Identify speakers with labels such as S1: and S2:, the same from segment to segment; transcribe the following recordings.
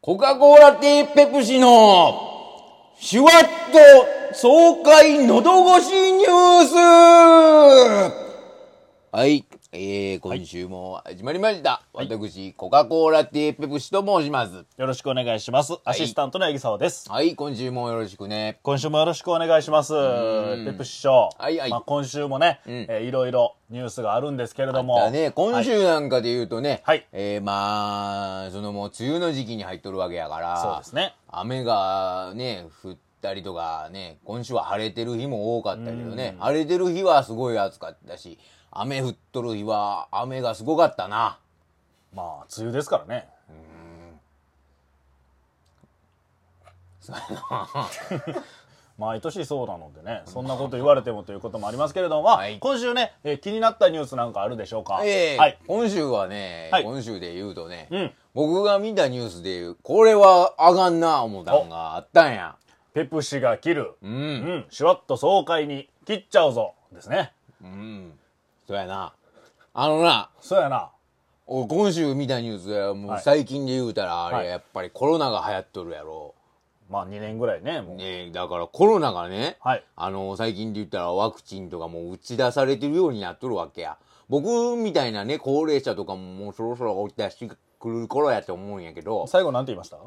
S1: コカ・コーラテペプシの、シュワッと爽快のど越しニュースはい、えー、今週も始まりました。
S2: い
S1: 私、コカ・コーラテペプシと申します。
S2: よろしくお願いします。アシスタントの八木沢です。
S1: はい、今週もよろしくね。
S2: 今週もよろしくお願いします。ペプ師匠。
S1: はいはい
S2: まあ、今週もね、
S1: ん
S2: えーいろいろニュースがあるんですけれども。
S1: だね、今
S2: はい
S1: 週なんかで言うとね、
S2: はい
S1: えー、まあ、そのもう梅雨の時期に入っとるわけやから、
S2: そうですね。
S1: 雨がね、降ったりとかね、今週は晴れてる日も多かったけどね、晴れてる日はすごい暑かったし、雨降っとる日は雨がすごかったな。
S2: まあ、梅雨ですからね。毎年そうなのでね、そんなこと言われてもということもありますけれども、まあ
S1: はい
S2: 今週ね、えー気になったニュースなんかあるでしょうか。
S1: ええ
S2: はい。
S1: 今週はね、
S2: はい
S1: 今週で言うとね、
S2: うん
S1: 僕が見たニュースで言う、これはあがんな思ったんがあったんや。
S2: ペプシが切る。
S1: うん。
S2: うん、シュワッと爽快に切っちゃうぞ。ですね。
S1: うん。そうやな。あのな、
S2: そうやな。
S1: お今週見たニュースはもう
S2: はい
S1: 最近で言うたら、あ
S2: は
S1: れ
S2: い
S1: やっぱりコロナが流行っとるやろ。
S2: まあ、2年ぐらいね、もう。
S1: ねえだからコロナがね、
S2: はい
S1: あの、最近で言ったらワクチンとかもう打ち出されてるようになっとるわけや。僕みたいなね、高齢者とかももうそろそろ起き出してくる頃やと思うんやけど、
S2: 最後なんて言いました
S1: な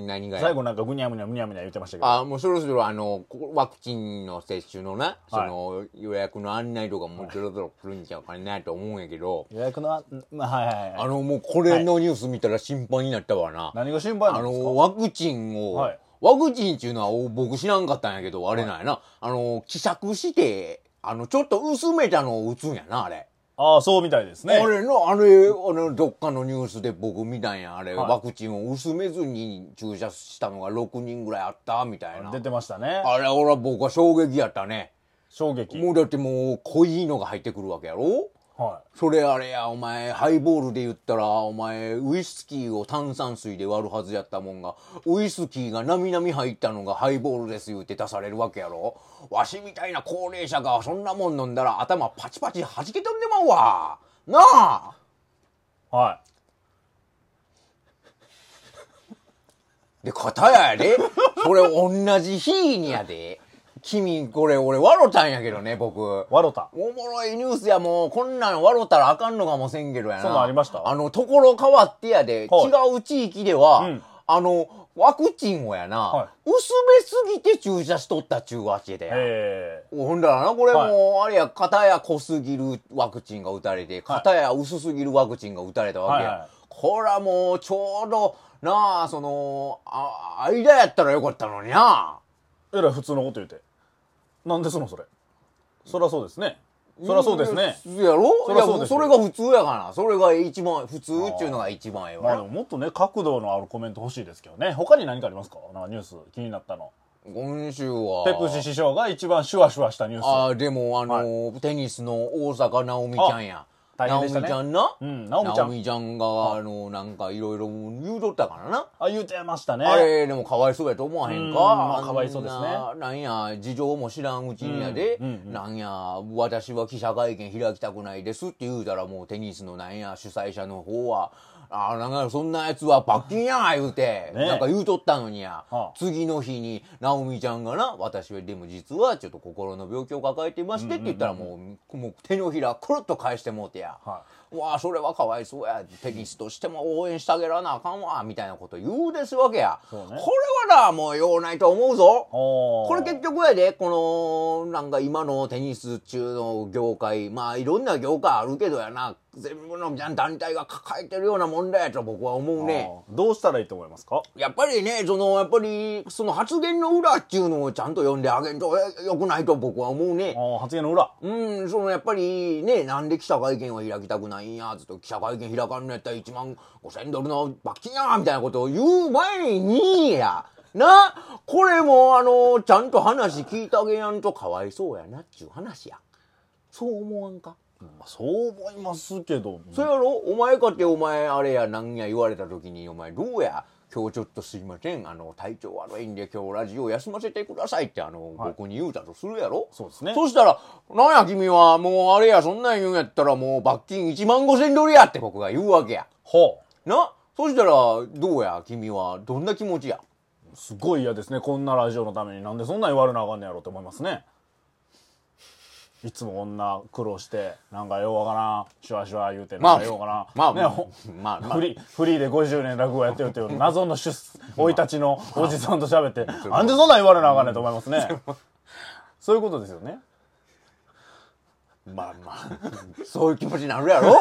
S1: 何がや
S2: 最後なんかぐにゃむにゃむにゃむにゃ言ってましたけど。
S1: あもうそろそろあの、こワクチンの接種のな、その予約の案内とかもそろそろ来るんちゃうかなと思うんやけど、
S2: 予約のあ、まあ、はいはいはい。
S1: あの、もうこれのニュース見たら心配になったわな。
S2: 何が心配な
S1: あ
S2: んですか
S1: の、ワクチンを、
S2: はい
S1: ワクチンっていうのはお僕知らんかったんやけど、あれなんやな。あの、希釈して、あの、ちょっと薄めたのを打つんやな、あれ。
S2: ああ、そうみたいですね
S1: あ。れの、あれ、あの、どっかのニュースで僕見たんや、あれ、
S2: はい
S1: ワクチンを薄めずに注射したのが6人ぐらいあった、みたいな。
S2: 出てましたね。
S1: あれ、俺は僕は衝撃やったね。
S2: 衝撃。
S1: もうだってもう、濃いのが入ってくるわけやろ
S2: は
S1: それあれや、お前、ハイボールで言ったら、お前、ウイスキーを炭酸水で割るはずやったもんが、ウイスキーがなみなみ入ったのがハイボールです言うて出されるわけやろわしみたいな高齢者がそんなもん飲んだら頭パチパチ弾け飛んでまうわ。なあ
S2: い。は
S1: で、片ややで、それ同じ日にやで。君、これ俺笑たんやけどね、僕。
S2: い。わろた。
S1: おもろいニュースやもう、こんなん笑ったらあかんのかもせんけどやな。
S2: そんなんありました
S1: あの、ところ変わってやで、
S2: はい
S1: 違う地域では、
S2: うん
S1: あの、ワクチンをやな、
S2: は
S1: 薄めすぎて注射しとった中和してたやん
S2: ええ
S1: ほんだらな、これ
S2: はい
S1: もう、あれや、片や濃すぎるワクチンが打たれて、片や薄すぎるワクチンが打たれたわけや。
S2: はいはい
S1: これはもう、ちょうど、なあ、その、あ、間やったらよかったのにな。
S2: えらい普通のこと言うて。なんですの、それ。そりゃそうですね。そりゃそうですね。
S1: いやろ
S2: そりゃそうで
S1: い
S2: すよ
S1: やそれが普通やから。それが一番、普通っていうのが一番ええ
S2: まあ
S1: わ
S2: で
S1: な。
S2: ももっとね、角度のあるコメント欲しいですけどね。他に何かありますかなんかニュース気になったの。
S1: 今週は。
S2: ペプシ師匠が一番シュワシュワしたニュー
S1: あーでも、あのーテニスの大坂なおみちゃんや。
S2: あ大
S1: な
S2: 変
S1: おみち
S2: でしたね
S1: ゃんな。
S2: うんなおみちゃん
S1: なおみちゃんが、あのーなんかいろいろ言うとったからな。
S2: ス。あ、言うてましたね。
S1: あれでもかわいそうやと思わへんか、
S2: うんまあ
S1: んな
S2: かわいそうですね
S1: なんや事情も知らんうちにやで、
S2: うんうんうん
S1: なんや私は記者会見開きたくないですって言うたらもうテニスのなんや主催者の方は「あーなんかそんなやつは罰金や」言うて、
S2: ね
S1: なんか言うとったのにや、
S2: はあ
S1: 次の日に直美ちゃんがな「私はでも実はちょっと心の病気を抱えてまして」って言ったらもう,、もう手のひらくるっと返してもうてや。
S2: は
S1: うわあそれはかわいそうやテニスとしても応援してあげらなあかんわみたいなこと言うですわけや、
S2: そうね
S1: これはなもう用ないと思うぞ
S2: い。おー
S1: これ結局やでこのなんか今のテニス中の業界まあいろんな業界あるけどやな全部の団体が抱えてるような問題やと僕は思うね
S2: あーどうしたらいいと思いますか
S1: やっぱりねそのやっぱりその発言の裏っていうのをちゃんと読んであげんとえよくないと僕は思うね
S2: あー発言の裏。
S1: うん、そのやっぱりね、なんで記者会見は開きたくないんや、ずっと記者会見開かんのやったら1万5千ドルの罰金や、みたいなことを言う前にや、な、これもあの、ちゃんと話聞いてあげやんとかわいそうやなっちゅう話や。そう思わんか
S2: まあ、そう思いますけど。
S1: それやろお前かってお前あれやなんや言われた時にお前どうや今日ちょっとすいませんあの体調悪いんで今日ラジオ休ませてくださいってあの、
S2: はい
S1: 僕に言うたとするやろ
S2: そうですね
S1: そしたらなんや君はもうあれやそんなん言うんやったらもう罰金1万5千ドルやって僕が言うわけや
S2: ほう。
S1: なそしたら、どうや、君は。どんな気持ちや。
S2: すごい嫌ですねこんなラジオのためになんでそんなん言われなあかんねやろって思いますねいつもこんな苦労してなんかようわからんシュワシュワ言うて
S1: ま
S2: な
S1: あ
S2: んかようわからん、
S1: まあ、
S2: ねほん
S1: まあ、まあ
S2: フ、リーフリーで50年落語やってると いう謎の出生い立ちのおじさんと喋ってなん でそんなん言われなあかんねんと思います ねそういうことですよね
S1: まあまあ、そういう気持ちになるや ろ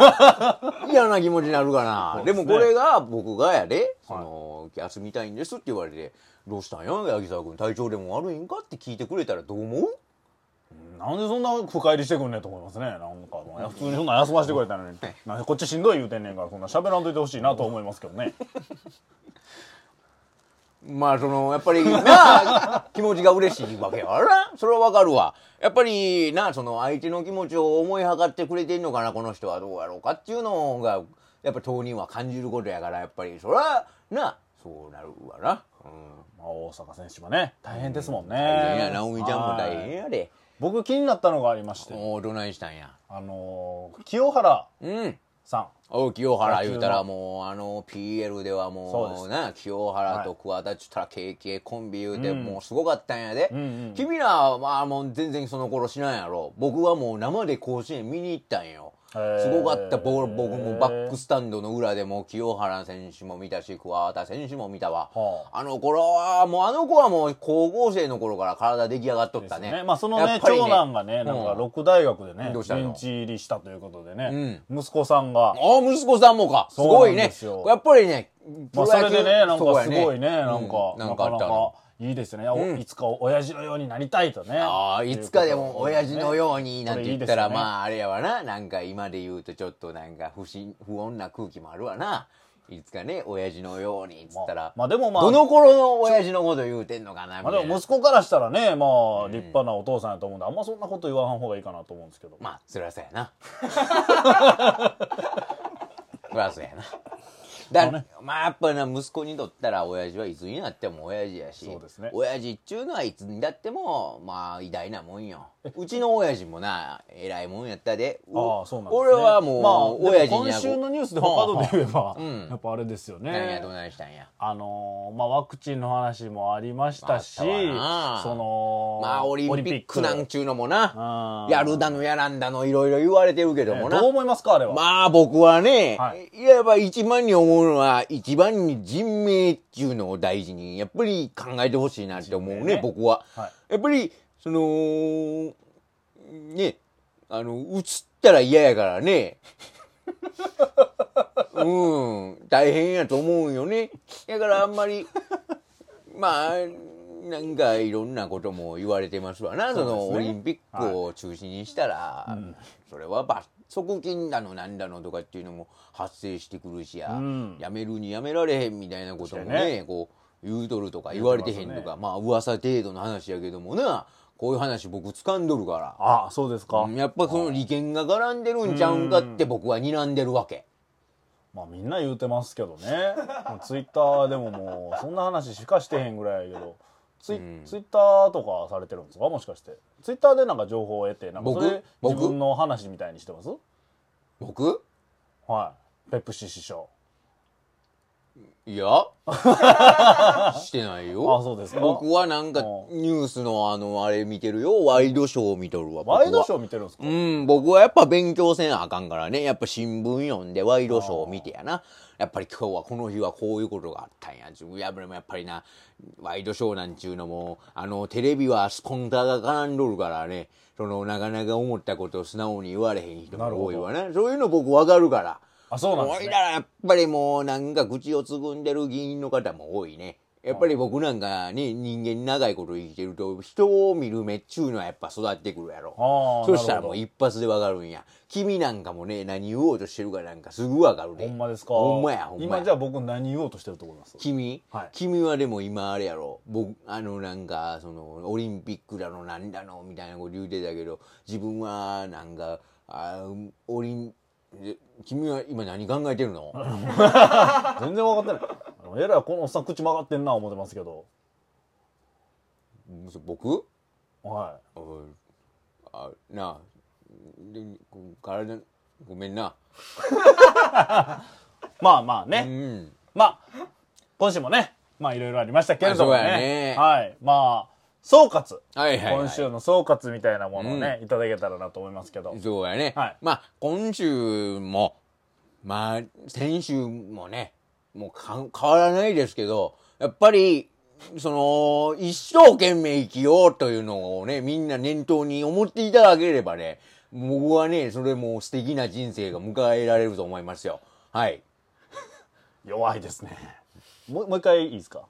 S1: 嫌な気持ちになるかな。で
S2: そうですね
S1: もこれが僕がやで、その、休みたいんですって言われて、どうしたんや、八木沢君、体調でも悪いんかって聞いてくれたらどう思う
S2: なんでそんな深入りしてくんねんと思いますねなんかもう普通にそんなん休ませてくれたのになんでこっちしんどい言うてんねんからそんな喋らんといてほしいなと思いますけどね
S1: まあそのやっぱりな 気持ちが嬉しいわけやからなそれはわかるわやっぱりなその相手の気持ちを思いはかってくれてんのかなこの人はどうやろうかっていうのがやっぱ当人は感じることやからやっぱりそれはなそうなるわな、うん、
S2: まあ、大阪選手もね大変ですもんね、
S1: 大変や直美ちゃんも大変
S2: はい
S1: やで
S2: 僕気になったのがありまして
S1: もうどないしたんや
S2: あのー清原
S1: うん
S2: さん
S1: お清原言うたら
S2: 野球の
S1: もうあの PL では
S2: そう
S1: も
S2: で
S1: う
S2: す
S1: な清原と桑田っつったら KK コンビ言うて
S2: うん
S1: もうすごかったんやで、
S2: うんうん
S1: 君らはまあもう全然その頃知らんやろ僕はもう生で甲子園見に行ったんよ
S2: へー
S1: すごかったボール僕もバックスタンドの裏でもう清原選手も見たし桑田選手も見たわ、
S2: は
S1: あの頃はもうあの子はもう高校生の頃から体出来上がっとっ
S2: で
S1: た
S2: す
S1: ね
S2: ねまあそのね
S1: やっぱり
S2: 長男がねなんか
S1: うん
S2: 六大学でね
S1: どうしたの
S2: 現地入りしたということでね、息子さんが
S1: ああ、息子さんもか。す
S2: そう
S1: ご
S2: ないんで
S1: ね
S2: す。よ
S1: やっぱりね、
S2: まあ、
S1: プ
S2: そ
S1: ロ野
S2: れ
S1: 球
S2: でねなん
S1: そう
S2: か
S1: や
S2: すごいねなんか、
S1: うんな
S2: なん
S1: か
S2: か
S1: あ
S2: な
S1: った
S2: か
S1: の。
S2: いいですね、おいつか親父のようになりたいとね
S1: ああ、いつかでも親父のようになんて言ったら、
S2: あ
S1: まああれやわな。なんか今で言うとちょっとなんか不審、不穏な空気もあるわな。いつかね、親父のようにっつったら、
S2: まあでもまあ
S1: どの頃の親父のこと言うてんのかな、み
S2: まあ
S1: た
S2: で
S1: い
S2: も
S1: な。
S2: 息子からしたらね、まあ立派なお父さんやと思うんで、あんまそんなこと言わん方がいいかなと思うんですけど。
S1: まあ、そりゃそうやな。 そりゃそうやな。だまあやっぱな息子にとったら親父はいつになっても親父やし
S2: そうですね
S1: 親父っちゅうのはいつにだってもまあ偉大なもんようちの親父もな偉いもんやったでう
S2: ああ、そうなんですね。
S1: 俺はもう、
S2: まあで
S1: 親
S2: も
S1: 父に
S2: 今週のニュースで
S1: ほ
S2: 他
S1: う
S2: ので言えば
S1: うん、
S2: やっぱあれですよ
S1: 何や
S2: ね
S1: ど。ないしたんや
S2: あのーまあワクチンの話もありましたし、
S1: あ
S2: そ
S1: ったわな
S2: の
S1: まあオリンピックなんちゅうのもな
S2: うん
S1: やるだのやらんだのいろいろ言われてるけど
S2: ね
S1: も
S2: ど
S1: な
S2: う思いますかあれは。
S1: まあ僕はね、、
S2: はい
S1: わば一番に思うのは、一番に人命っていうのを大事に、やっぱり考えてほしいなって思うね、
S2: 人命ね
S1: 僕は。
S2: はい
S1: やっぱり、その、ね、あの、映ったら嫌やからね。 うん、大変やと思うよね。だからあんまり、まあ、なんかいろんなことも言われてますわな、そ,、
S2: そうです
S1: の
S2: ね
S1: オリンピックを中止にしたら、それは罰則金だのなんだのとかっていうのも発生してくるしや、
S2: うん
S1: やめるにやめられへんみたいなことも
S2: 確か
S1: ね
S2: に
S1: こう言うとるとか言われてへんと
S2: 言うて
S1: かまあ噂程度の話やけどもなこういう話僕掴んどるか、。
S2: ああ、そうですから
S1: うんやっぱその利権が絡んでるんちゃうんかって僕は睨んでるわけ。
S2: まあみんな言うてますけどね もうツイッターでももうそんな話しかしてへんぐらいやけどツイ,、ツイッターとかされてるんですかもしかしてツイッターでなんか情報を得てなんかそ
S1: 僕
S2: れ
S1: 僕
S2: 自分の話みたいにしてます
S1: 僕
S2: はいペプシ師匠
S1: い やしてない
S2: あ
S1: よ。
S2: そうですか
S1: 僕はなんか
S2: う
S1: ニュースのあのあれ見てるよワイドショー見とるわ僕は
S2: ワイドショー見てるんですか、
S1: うん、僕はやっぱ勉強せなあかんからね。やっぱ新聞読んでワイドショーを見てやな。やっぱり今日はこの日はこういうことがあったんや。自分やっぱりやっぱりな、ワイドショーなんちゅうのも、あの、テレビはスポンサーが絡んどるからね、その、なかなか思ったことを素直に言われへん人も多いわね。そういうの僕わかるから。
S2: あそうなんで
S1: お
S2: す
S1: い
S2: ね
S1: らやっぱりもうなんか口をつぐんでる議員の方も多いね。やっぱり僕なんかね、人間長いこと生きてると、人を見る目っちゅうのはやっぱ育ってくるやろ。
S2: ああ
S1: そしたらもう
S2: なる
S1: 一発でわかるんや。君なんかもね、何言おうとしてるかなんかすぐわかる
S2: ほど
S1: で。
S2: ほんまですか
S1: ほんまや、ほんま
S2: 今
S1: や
S2: じゃ。あ僕何言おうとしてると思い ます
S1: 君、
S2: はい
S1: 君はでも今あれやろ僕あのなんかそのオリンピックだのなんだのみたいなこと言うてたけど自分はなんかあーオリンえ君は今何考えてるの
S2: 全然分かってないあのえらいこのおっさん口曲がってんな思ってますけど
S1: 僕
S2: は
S1: うんあなあでこ体ごめんな、
S2: いまあまあ
S1: う
S2: ね、
S1: ん、
S2: まあ、今週もね、まあいろいろありましたけれども
S1: あそうやね
S2: ね。はい。まあ、総括。
S1: はいはいはい
S2: 今週の総括みたいなものをね、いただけたらなと思いますけど。
S1: そうやね。
S2: はい
S1: まあ、今週も、まあ、先週もね、もうかん変わらないですけど、やっぱり、その、一生懸命生きようというのをね、みんな念頭に思っていただければね、僕はね、それもう素敵な人生が迎えられると思いますよ。はい。
S2: 弱いですね。もうもう一回いいですか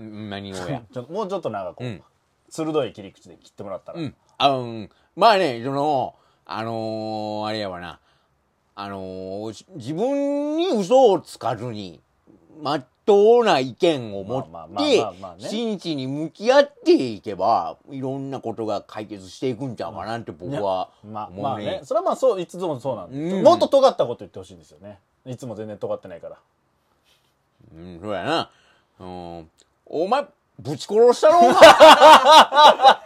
S1: ん何をや。
S2: ちょっともうちょっとなんかこう、
S1: ん
S2: 鋭い切り口で切ってもらったら。
S1: うん。あうん。まあね、その、あのーあれやわな。あのーし自分に嘘をつかずに、まっとうな意見を持
S2: まあ
S1: っ
S2: まあまあ
S1: て
S2: まあまあ、ね
S1: 真摯に向き合っていけば、いろんなことが解決していくんちゃうかなって僕は
S2: まあ、
S1: 思
S2: ま
S1: う
S2: あ
S1: ね
S2: ね。。それはまあそう、いつもそうなんで、
S1: うん
S2: もっと尖ったこと言ってほしいんですよね。いつも全然尖ってないから。
S1: うん、そうやな。うん。お前、ぶち殺したろう が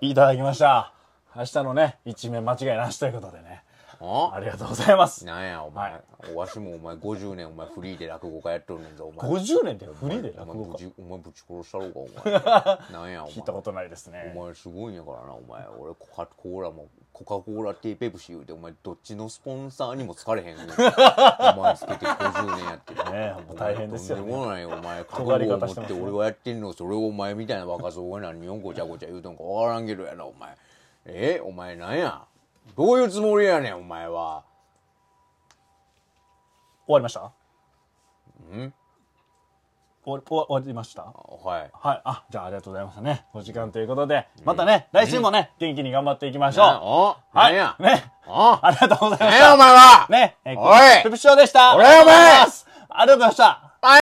S2: いただきました。明日のね、一面間違いなしということでね。あ
S1: あ
S2: りがとうございます。
S1: なんや、お前。
S2: は
S1: わしもお前50年お前フリーで落語家やっとるねんぞ、お前。
S2: 50年でフリーで落
S1: お前
S2: 語
S1: ぶ
S2: 家
S1: ちお前ぶち殺したろうか お前なんやお
S2: 聞いた
S1: 前
S2: ことないですね
S1: お前すごいんやからなお前俺コカ・コーラもコカ・コーラティーペプシー言うてお前どっちのスポンサーにも疲れ へんお前つけて50年やってる
S2: ねえもう 大変ですよね
S1: とんでもないよお前覚悟
S2: 尖り
S1: を
S2: 方
S1: 持っ
S2: してますね
S1: て俺はやってんのそれをお前みたいな若造が何をごちゃごちゃ言うとんかわからんけどやなお前えお前なんやどういうつもりやねんお前は
S2: 終わりました
S1: ん
S2: 終わり終わ終わりました
S1: はい
S2: はいあじゃあありがとうございましたねお時間ということでまたね、来週もね元気に頑張っていきましょう、
S1: なお
S2: は
S1: ないんや
S2: ね
S1: あ
S2: ありがとうございま
S1: なん
S2: し
S1: や
S2: た
S1: お前は
S2: ねえー
S1: おい
S2: ペプシオでした
S1: おらお前
S2: ありがとうございました